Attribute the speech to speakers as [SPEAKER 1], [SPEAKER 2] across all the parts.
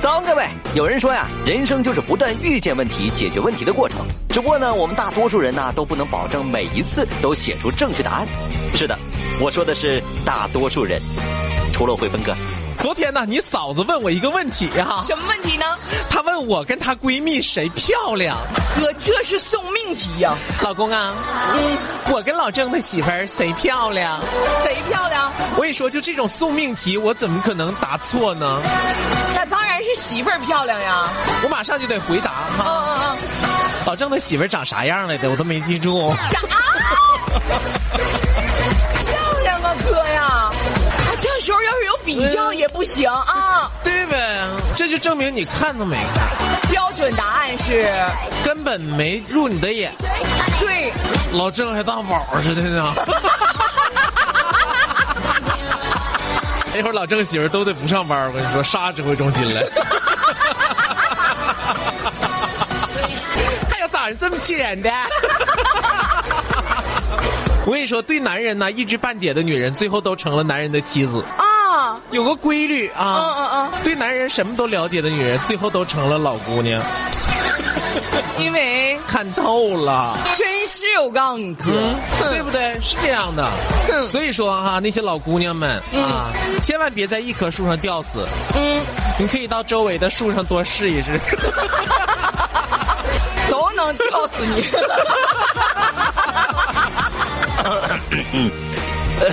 [SPEAKER 1] 早安，各位！有人说呀，人生就是不断遇见问题、解决问题的过程。只不过呢，我们大多数人呢都不能保证每一次都写出正确答案。是的，我说的是大多数人，除了我会分割。
[SPEAKER 2] 昨天呢，你嫂子问我一个问题呀、
[SPEAKER 3] 什么问题呢？
[SPEAKER 2] 她问我跟她闺蜜谁漂亮。
[SPEAKER 3] 哥，这是送命题呀、
[SPEAKER 2] 老公啊，我跟老郑的媳妇儿谁漂亮？
[SPEAKER 3] 谁漂亮？
[SPEAKER 2] 我跟你说，就这种送命题，我怎么可能答错呢？
[SPEAKER 3] 那当然是媳妇儿漂亮呀。
[SPEAKER 2] 我马上就得回答
[SPEAKER 3] 嗯
[SPEAKER 2] 哈。
[SPEAKER 3] 嗯
[SPEAKER 2] 老郑的媳妇儿长啥样来的，我都没记住。
[SPEAKER 3] 嗯，啥？啊 漂亮啊，哥呀！这时候要是有比较也不行啊。
[SPEAKER 2] 对呗，这就证明你看都没看，
[SPEAKER 3] 标准答案是
[SPEAKER 2] 根本没入你的眼。
[SPEAKER 3] 对。
[SPEAKER 2] 老郑还当宝似的呢。一会儿老郑媳妇儿都得不上班，我跟你说，杀指挥中心了。还有哎早上这么气人的。 我跟你说，对男人呢，一知半解的女人，最后都成了男人的妻子。
[SPEAKER 3] 啊，
[SPEAKER 2] 有个规律啊，
[SPEAKER 3] 嗯嗯
[SPEAKER 2] 对男人什么都了解的女人，最后都成了老姑娘。
[SPEAKER 3] 嗯，因为
[SPEAKER 2] 看透了。
[SPEAKER 3] 真是我告诉你哥，
[SPEAKER 2] 嗯对不对？是这样的，所以说哈、那些老姑娘们啊，千万别在一棵树上吊死，
[SPEAKER 3] 嗯，
[SPEAKER 2] 你可以到周围的树上多试一试。
[SPEAKER 3] 都能吊死你。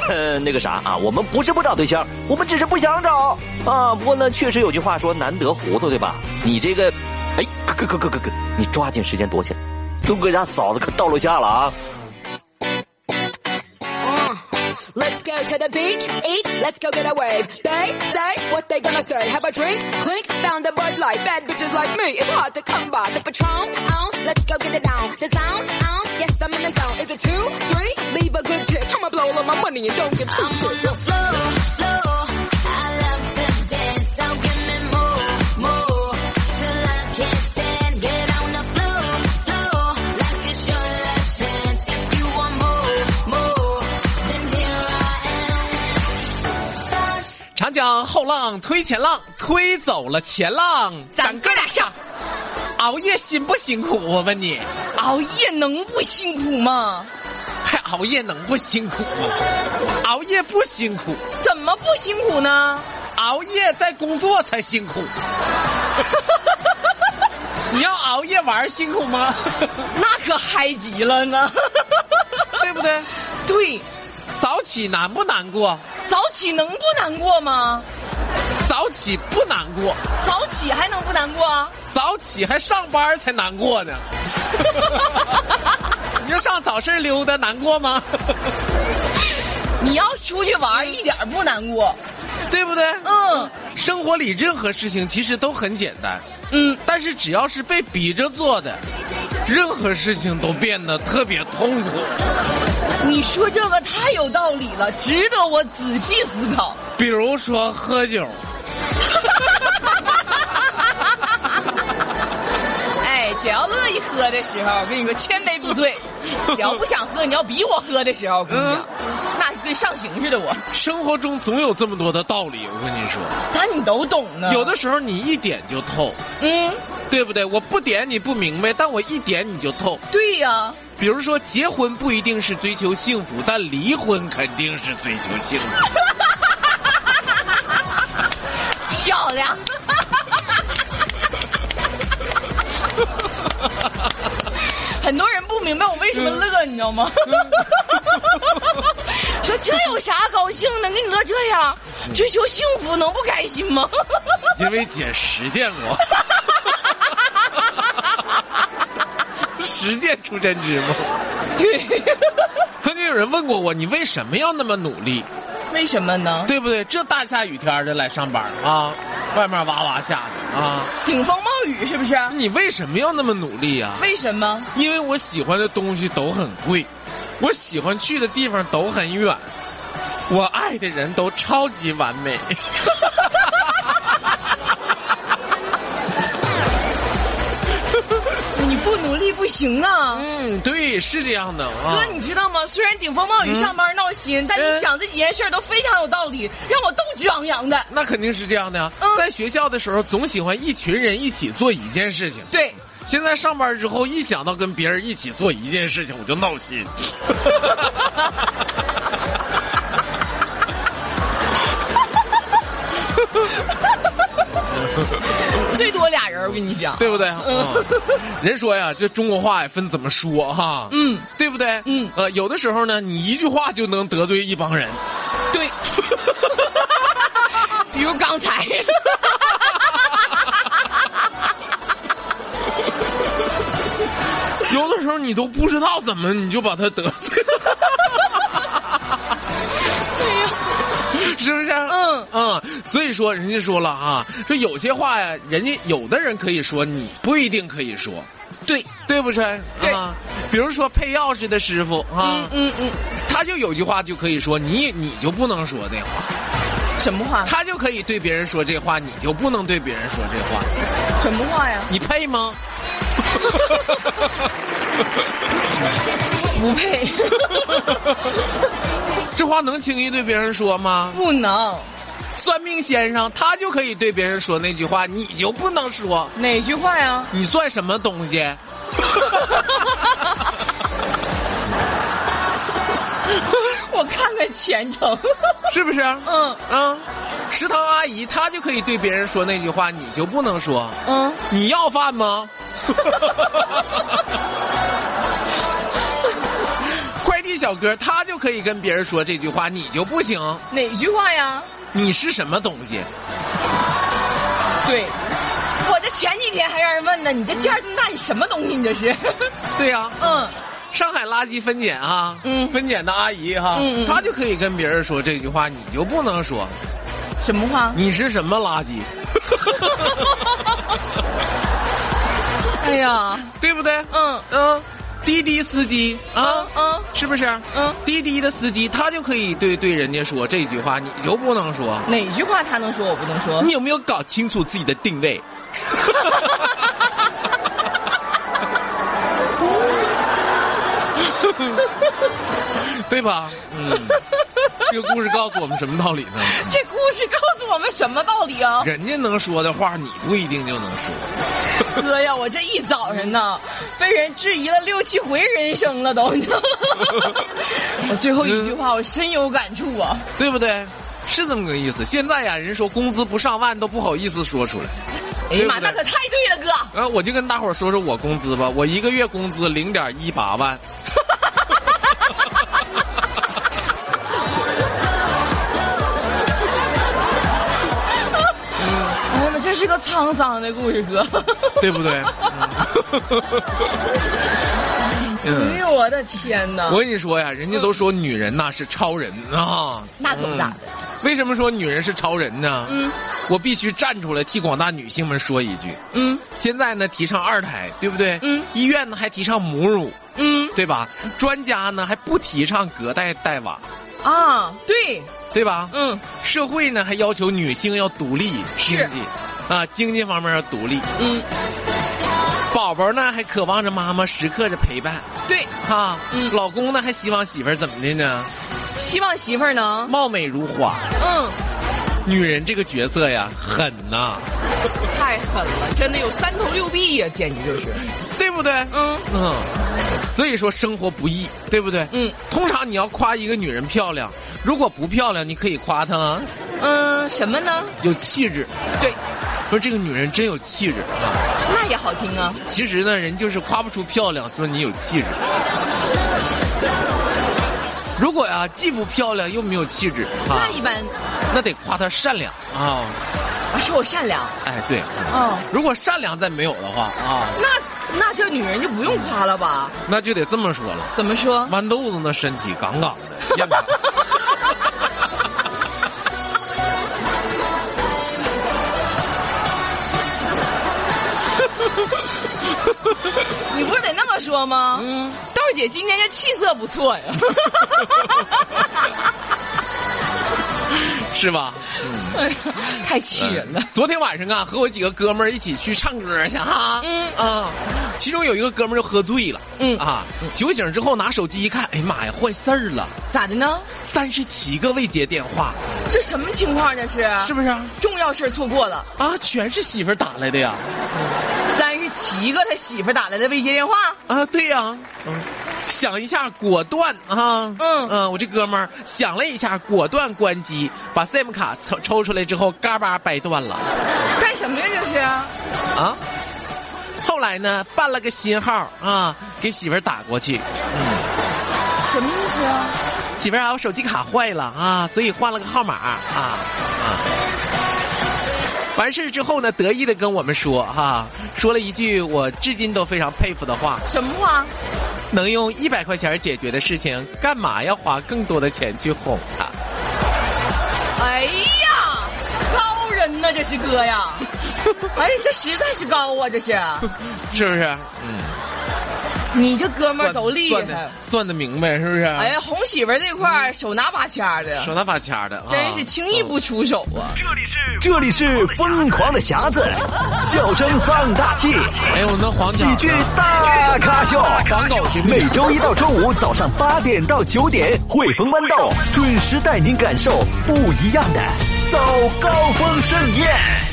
[SPEAKER 1] 呃， 那个啥啊，我们不是不找对象，我们只是不想找啊。不过呢，确实有句话说“难得糊涂”，对吧？你这个，哎，可可可可可，你抓紧时间躲起来。宗哥家嫂子可到楼下了啊！
[SPEAKER 4] Uh, Let's go to the beach, eat, let's go get a wave. They say what they gonna say. Have a drink, clink, found a Bud Light. Bad bitches like me, it's hard to come by. The Patron, on, let's go get it down. The sound, on, yes, I'm in the zone. Is it two, three? Leave a good tip. I'ma blow all of my money and don't give two shits.
[SPEAKER 5] I
[SPEAKER 2] 长江后浪推前浪，推走了前浪，咱哥俩上。熬夜辛不辛苦？我问你，
[SPEAKER 3] 熬夜能不辛苦吗？
[SPEAKER 2] 还熬夜能不辛苦吗？熬夜不辛苦，
[SPEAKER 3] 怎么不辛苦呢？
[SPEAKER 2] 熬夜在工作才辛苦。 你要熬夜玩儿辛苦吗？
[SPEAKER 3] 那可嗨极了呢。
[SPEAKER 2] 对不对？
[SPEAKER 3] 对，
[SPEAKER 2] 早起难不难过？
[SPEAKER 3] 早起能不难过吗？
[SPEAKER 2] 早起不难过，
[SPEAKER 3] 早起还能不难过啊？
[SPEAKER 2] 早起还上班才难过呢。 你说上早市溜达难过吗？
[SPEAKER 3] 你要出去玩一点不难过。
[SPEAKER 2] 对不对？
[SPEAKER 3] 嗯
[SPEAKER 2] 生活里任何事情其实都很简单，
[SPEAKER 3] 嗯，
[SPEAKER 2] 但是只要是被逼着做的，任何事情都变得特别痛苦。
[SPEAKER 3] 你说这个太有道理了，值得我仔细思考。
[SPEAKER 2] 比如说喝酒，
[SPEAKER 3] 哎，只要乐意喝的时候，我跟你说千杯不 醉；只要不想喝，你要逼我喝的时候，我跟你
[SPEAKER 2] 嗯
[SPEAKER 3] 讲，那跟上刑似的我。
[SPEAKER 2] 生活中总有这么多的道理。我跟你说，
[SPEAKER 3] 咋你都懂呢？
[SPEAKER 2] 有的时候你一点就透，
[SPEAKER 3] 嗯，
[SPEAKER 2] 对不对？我不点你不明白，但我一点你就透。
[SPEAKER 3] 对呀、
[SPEAKER 2] 比如说，结婚不一定是追求幸福，但离婚肯定是追求幸福。
[SPEAKER 3] 漂亮。很多人不明白我为什么乐，你知道吗？说这有啥高兴的？跟你乐这样，追求幸福能不开心吗？
[SPEAKER 2] 因为姐实践过，实践出真知嘛。
[SPEAKER 3] 对，
[SPEAKER 2] 曾经有人问过我，你为什么要那么努力，
[SPEAKER 3] 为什么呢？
[SPEAKER 2] 对不对？这大下雨天的来上班啊，外面哇哇下的啊，
[SPEAKER 3] 顶风冒雨是不是？
[SPEAKER 2] 你为什么要那么努力啊？
[SPEAKER 3] 为什么？
[SPEAKER 2] 因为我喜欢的东西都很贵，我喜欢去的地方都很远，我爱的人都超级完美。
[SPEAKER 3] 你不努力不行啊。
[SPEAKER 2] 嗯，对，是这样的啊
[SPEAKER 3] 哥，。你知道吗？虽然顶风冒雨上班闹心，但
[SPEAKER 2] 嗯
[SPEAKER 3] 你讲这几件事儿都非常有道理，让我斗志昂扬的。
[SPEAKER 2] 那肯定是这样的呀、
[SPEAKER 3] 嗯
[SPEAKER 2] 在学校的时候，总喜欢一群人一起做一件事情。
[SPEAKER 3] 对，
[SPEAKER 2] 现在上班之后，一想到跟别人一起做一件事情，我就闹心。
[SPEAKER 3] 嗯最多俩人，我跟你讲。
[SPEAKER 2] 对不对？嗯、人说呀，这中国话也分怎么说哈，
[SPEAKER 3] 嗯，
[SPEAKER 2] 对不对？
[SPEAKER 3] 嗯
[SPEAKER 2] 呃，有的时候呢，你一句话就能得罪一帮人，
[SPEAKER 3] 对， 比如刚才。
[SPEAKER 2] 有的时候你都不知道怎么你就把他得罪了，
[SPEAKER 3] 对呀，
[SPEAKER 2] 是不是？
[SPEAKER 3] 嗯
[SPEAKER 2] 嗯，所以说人家说了啊，说有些话呀，人家有的人可以说，你不一定可以说，
[SPEAKER 3] 对，
[SPEAKER 2] 对不对？
[SPEAKER 3] 对
[SPEAKER 2] 啊，比如说配钥匙的师傅啊
[SPEAKER 3] 嗯，嗯嗯，
[SPEAKER 2] 他就有句话就可以说，你你就不能说这话。
[SPEAKER 3] 什么话？
[SPEAKER 2] 他就可以对别人说这话，你就不能对别人说这话，
[SPEAKER 3] 什么话呀？
[SPEAKER 2] 你配吗？
[SPEAKER 3] 不配，
[SPEAKER 2] 这话能轻易对别人说吗？
[SPEAKER 3] 不能。
[SPEAKER 2] 算命先生他就可以对别人说那句话，你就不能说，
[SPEAKER 3] 哪句话呀？
[SPEAKER 2] 你算什么东西？
[SPEAKER 3] 我看看前程。
[SPEAKER 2] 是不是？
[SPEAKER 3] 嗯
[SPEAKER 2] 嗯，食堂阿姨她就可以对别人说那句话，你就不能说，
[SPEAKER 3] 嗯，
[SPEAKER 2] 你要饭吗？ 快递小哥他就可以跟别人说这句话，你就不行，
[SPEAKER 3] 哪句话呀？
[SPEAKER 2] 你是什么东西？
[SPEAKER 3] 对，我这前几天还让人问呢，你这劲儿这么大，你什么东西？你这 是？
[SPEAKER 2] 对呀、
[SPEAKER 3] 嗯，
[SPEAKER 2] 上海垃圾分拣啊，
[SPEAKER 3] 嗯
[SPEAKER 2] 分拣的阿姨哈、
[SPEAKER 3] 嗯嗯
[SPEAKER 2] 她就可以跟别人说这句话，你就不能说
[SPEAKER 3] 什么话？
[SPEAKER 2] 你是什么垃圾，
[SPEAKER 3] 哎呀，
[SPEAKER 2] 对不对？
[SPEAKER 3] 嗯
[SPEAKER 2] 嗯，滴滴司机啊
[SPEAKER 3] 嗯，嗯
[SPEAKER 2] 是不是？
[SPEAKER 3] 嗯，
[SPEAKER 2] 滴滴的司机他就可以对对人家说这句话，你就不能说。
[SPEAKER 3] 哪句话他能说我不能说？
[SPEAKER 1] 你有没有搞清楚自己的定 位？
[SPEAKER 2] 对吧？嗯，这个故事告诉我们什么道 理呢？
[SPEAKER 3] 这故事告诉我们什么道理啊？
[SPEAKER 2] 人家能说的话，你不一定就能说。
[SPEAKER 3] 哥呀，我这一早上呢，被人质疑了六七回人生了都，你知道吗？ 我最后一句
[SPEAKER 2] 嗯
[SPEAKER 3] 话，我深有感触啊。
[SPEAKER 2] 对不对？是这么个意思。现在呀，人说工资不上万都不好意思说出来。
[SPEAKER 3] 哎呀妈，
[SPEAKER 2] 对
[SPEAKER 3] 那
[SPEAKER 2] 不对
[SPEAKER 3] 可太对了，哥，
[SPEAKER 2] 啊，我就跟大伙儿说说我工资吧，我一个月工资零点一八 万。
[SPEAKER 3] 哎呀妈，这是个沧桑的故事，哥。
[SPEAKER 2] 对不对？
[SPEAKER 3] 哎
[SPEAKER 2] 嗯，
[SPEAKER 3] 呦，我的天哪！
[SPEAKER 2] 我跟你说呀，人家都说女人呐、是超人啊，
[SPEAKER 3] 嗯那可不咋的。
[SPEAKER 2] 为什么说女人是超人呢？
[SPEAKER 3] 嗯，
[SPEAKER 2] 我必须站出来替广大女性们说一句：
[SPEAKER 3] 嗯
[SPEAKER 2] 现在呢提倡二胎，对不对？
[SPEAKER 3] 嗯，
[SPEAKER 2] 医院呢还提倡母乳，
[SPEAKER 3] 嗯
[SPEAKER 2] 对吧？专家呢还不提倡隔代带娃，
[SPEAKER 3] 啊，对，
[SPEAKER 2] 对吧？
[SPEAKER 3] 嗯
[SPEAKER 2] 社会呢还要求女性要独立经
[SPEAKER 3] 是
[SPEAKER 2] 济，啊，经济方面要独立。
[SPEAKER 3] 嗯，
[SPEAKER 2] 宝宝呢还渴望着妈妈时刻的陪伴，
[SPEAKER 3] 对，
[SPEAKER 2] 哈、
[SPEAKER 3] 嗯
[SPEAKER 2] 老公呢还希望媳妇儿怎么的呢？
[SPEAKER 3] 希望媳妇儿能，
[SPEAKER 2] 貌美如花。
[SPEAKER 3] 嗯，
[SPEAKER 2] 女人这个角色呀，狠呐、
[SPEAKER 3] 太狠了，真的有三头六臂呀、简直就是。
[SPEAKER 2] 对不对？
[SPEAKER 3] 嗯
[SPEAKER 2] 嗯，所以说生活不易，对不对？
[SPEAKER 3] 嗯，
[SPEAKER 2] 通常你要夸一个女人漂亮，如果不漂亮，你可以夸她
[SPEAKER 3] 嗯，什么呢？
[SPEAKER 2] 有气质，
[SPEAKER 3] 对，
[SPEAKER 2] 说这个女人真有气质啊。
[SPEAKER 3] 那也好听啊。
[SPEAKER 2] 其实呢，人就是夸不出漂亮，说你有气质。如果呀、既不漂亮又没有气质啊
[SPEAKER 3] 那，一般，
[SPEAKER 2] 那得夸她善良啊。
[SPEAKER 3] 啊，说我善良，
[SPEAKER 2] 哎，对，
[SPEAKER 3] 哦。
[SPEAKER 2] 如果善良再没有的话啊，
[SPEAKER 3] 那那这女人就不用夸了吧？
[SPEAKER 2] 那就得这么说了。
[SPEAKER 3] 怎么说？
[SPEAKER 2] 豌豆子那身体杠杠的，健康。
[SPEAKER 3] 你不是得那么说吗？
[SPEAKER 2] 嗯，
[SPEAKER 3] 豆儿姐今天这气色不错 呀。
[SPEAKER 2] 是吧？呃
[SPEAKER 3] 哎呀太气人了。
[SPEAKER 2] 昨天晚上啊，和我几个哥们儿一起去唱歌去哈。
[SPEAKER 3] 嗯
[SPEAKER 2] 啊，其中有一个哥们儿就喝醉了，
[SPEAKER 3] 嗯
[SPEAKER 2] 啊，酒醒之后拿手机一看，哎呀妈呀，坏事儿了，
[SPEAKER 3] 咋的呢？
[SPEAKER 2] 三十七个未接电话，
[SPEAKER 3] 这什么情况？这是
[SPEAKER 2] 是不是啊？
[SPEAKER 3] 重要事儿错过了？
[SPEAKER 2] 啊，全是媳妇儿打来的呀！
[SPEAKER 3] 三十七个他媳妇儿打来的未接电话，
[SPEAKER 2] 啊，对呀、嗯，想一下，果断啊，
[SPEAKER 3] 嗯
[SPEAKER 2] 我这哥们儿想了一下，果断关机，把 SIM 卡抽抽出来之后，嘎巴掰断了
[SPEAKER 3] 干什么呀？这是
[SPEAKER 2] 啊。后来呢，办了个新号啊，给媳妇儿打过去，
[SPEAKER 3] 什么意思啊？
[SPEAKER 2] 媳妇儿啊，我手机卡坏了啊，所以换了个号码啊啊。完事之后呢，得意的跟我们说哈、说了一句我至今都非常佩服的话，
[SPEAKER 3] 什么话？
[SPEAKER 2] 能用一百块钱解决的事情，干嘛要花更多的钱去哄他？
[SPEAKER 3] 哎呀，高人呐，这是 哥呀！哎，这实在是高啊，这是。
[SPEAKER 2] 是不是？嗯，
[SPEAKER 3] 你这哥们儿都厉
[SPEAKER 2] 算
[SPEAKER 3] 害
[SPEAKER 2] 的。算的明白，是不是？
[SPEAKER 3] 哎呀，哄媳妇儿这块儿手拿把掐
[SPEAKER 2] 手
[SPEAKER 3] 的，
[SPEAKER 2] 拿把掐的，
[SPEAKER 3] 真是轻易不出手啊！
[SPEAKER 1] 这里是疯狂的匣子，笑声放大器，
[SPEAKER 2] 啊。哎，我那黄
[SPEAKER 1] 喜
[SPEAKER 2] 角呢
[SPEAKER 1] 剧大咖秀。
[SPEAKER 2] 黄狗行不
[SPEAKER 1] 每
[SPEAKER 2] 行？
[SPEAKER 1] 周一到周五早上八点到九点，汇丰豌豆准时带您感受不一样的早高峰盛宴。